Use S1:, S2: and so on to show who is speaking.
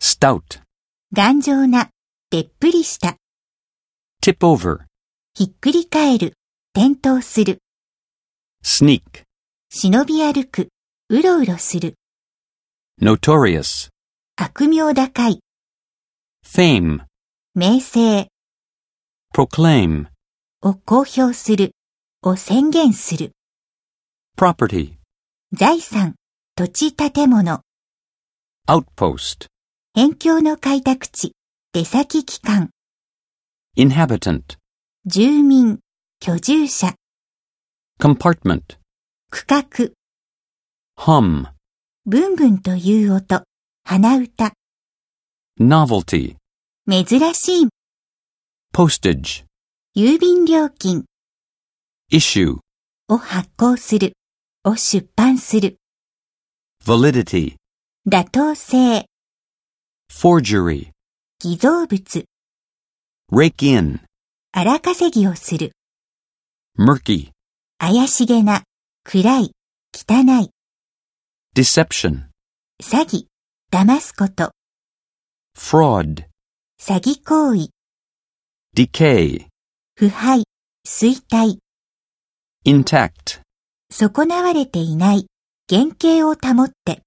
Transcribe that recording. S1: stout,
S2: 頑丈な、でっぷりした、
S1: tip over,
S2: ひっくり返る、転倒する、
S1: sneak,
S2: 忍び歩く、うろうろする、
S1: notorious,
S2: 悪名高い、
S1: fame,
S2: 名声、
S1: proclaim,
S2: を公表する、を宣言する、
S1: property,
S2: 財産、土地建物、
S1: outpost,
S2: 辺境の開拓地、出先機関、
S1: inhabitant,
S2: 住民、居住者、
S1: compartment,
S2: 区画、
S1: hum,
S2: ブンブンという音、鼻歌、
S1: novelty,
S2: 珍しい、
S1: postage,
S2: 郵便料金、
S1: issue,
S2: を発行する、を出版する、
S1: validity,
S2: 妥当性、
S1: forgery,
S2: 偽造物、
S1: rake in,
S2: 荒稼ぎをする、
S1: murky,
S2: 怪しげな、暗い、汚い、
S1: deception,
S2: 詐欺、騙すこと、
S1: fraud,
S2: 詐欺行為、
S1: decay,
S2: 腐敗、衰退、
S1: intact.
S2: 損なわれていない、原型を保って、